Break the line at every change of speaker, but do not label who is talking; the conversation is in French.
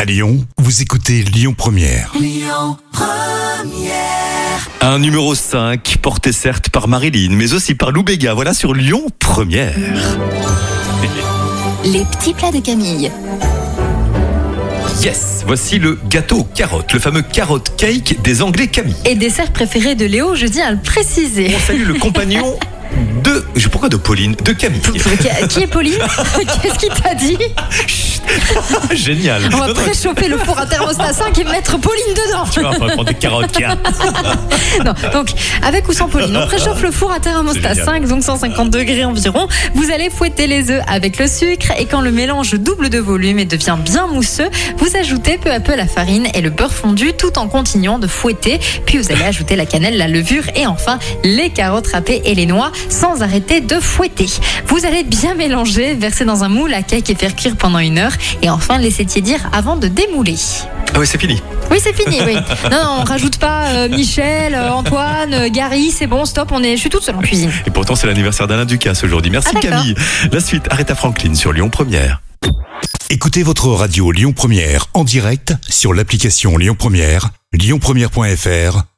À Lyon, vous écoutez Lyon Première.
Un numéro 5, porté certes par Marilyn, mais aussi par Lou Béga. Voilà sur Lyon Première.
Les petits plats de Camille.
Yes, voici le gâteau aux carottes, le fameux carotte cake des Anglais Camille.
Et dessert préféré de Léo, je tiens à le préciser.
On salue le compagnon de... je- Pourquoi de Pauline De Camille.
Qui- Qui est Pauline Qu'est-ce qu'il t'a dit
Génial.
On va
Non, non,
préchauffer le four Interrostat 5 et mettre Pauline dedans.
tu vois, on va prendre des carottes. tiens.
Non, donc, avec ou sans Pauline, on préchauffe le four à thermostat
C'est génial.
5, donc 150 degrés environ. Vous allez fouetter les œufs avec le sucre et quand le mélange double de volume et devient bien mousseux, vous ajoutez peu à peu la farine et le beurre fondu tout en continuant de fouetter. Puis vous allez ajouter la cannelle, la levure et enfin les carottes râpées et les noix sans arrêter de fouetter. Vous allez bien mélanger, verser dans un moule à cake et faire cuire pendant une heure et enfin laisser tiédir avant de démouler.
Ah oui, c'est fini.
Oui, c'est fini, oui. Non, non, on rajoute pas euh, Michel, euh, Antoine, euh, Gary, c'est bon, stop, on est, je suis toute seule en cuisine.
Et pourtant, c'est l'anniversaire d'Alain Ducasse aujourd'hui. Merci
Ah, d'accord.
Camille. La suite, Aretha Franklin sur Lyon Première.
Écoutez votre radio Lyon Première en direct sur l'application Lyon Première, lyonpremière.fr